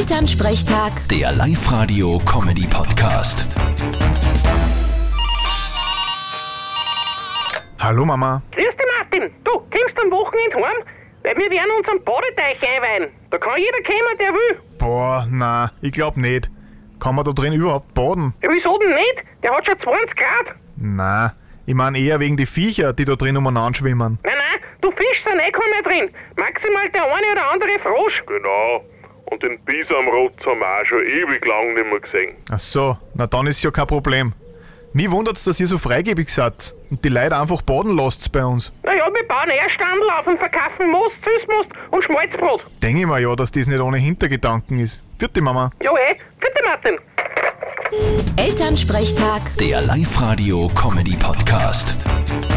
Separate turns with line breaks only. Elternsprechtag,
Der Live-Radio-Comedy-Podcast.
Hallo Mama.
Grüß dich, Martin. Du, kommst am Wochenende heim? Weil wir werden unseren Badeteich einweihen. Da kann jeder kommen, der will.
Boah, na, ich glaub nicht. Kann man da drin überhaupt baden?
Ja, wieso denn nicht? Der hat schon 20 Grad.
Na, ich mein eher wegen die Viecher, die da drin umeinander schwimmen.
Nein, nein, du fischst da nicht mehr drin. Maximal der eine oder andere Frosch.
Genau. Und den Bisamrotz haben wir auch schon ewig lang nicht mehr gesehen.
Ach so, na dann ist ja kein Problem. Mich wundert's, dass ihr so freigebig seid und die Leute einfach baden lasst bei uns.
Naja, wir bauen eher Standel auf und verkaufen Most, Süßmost und Schmalzbrot.
Denke ich mir ja, dass das nicht ohne Hintergedanken ist. Vierte Mama.
Ja, eh. Bitte, Martin.
Elternsprechtag.
Der Live-Radio-Comedy-Podcast.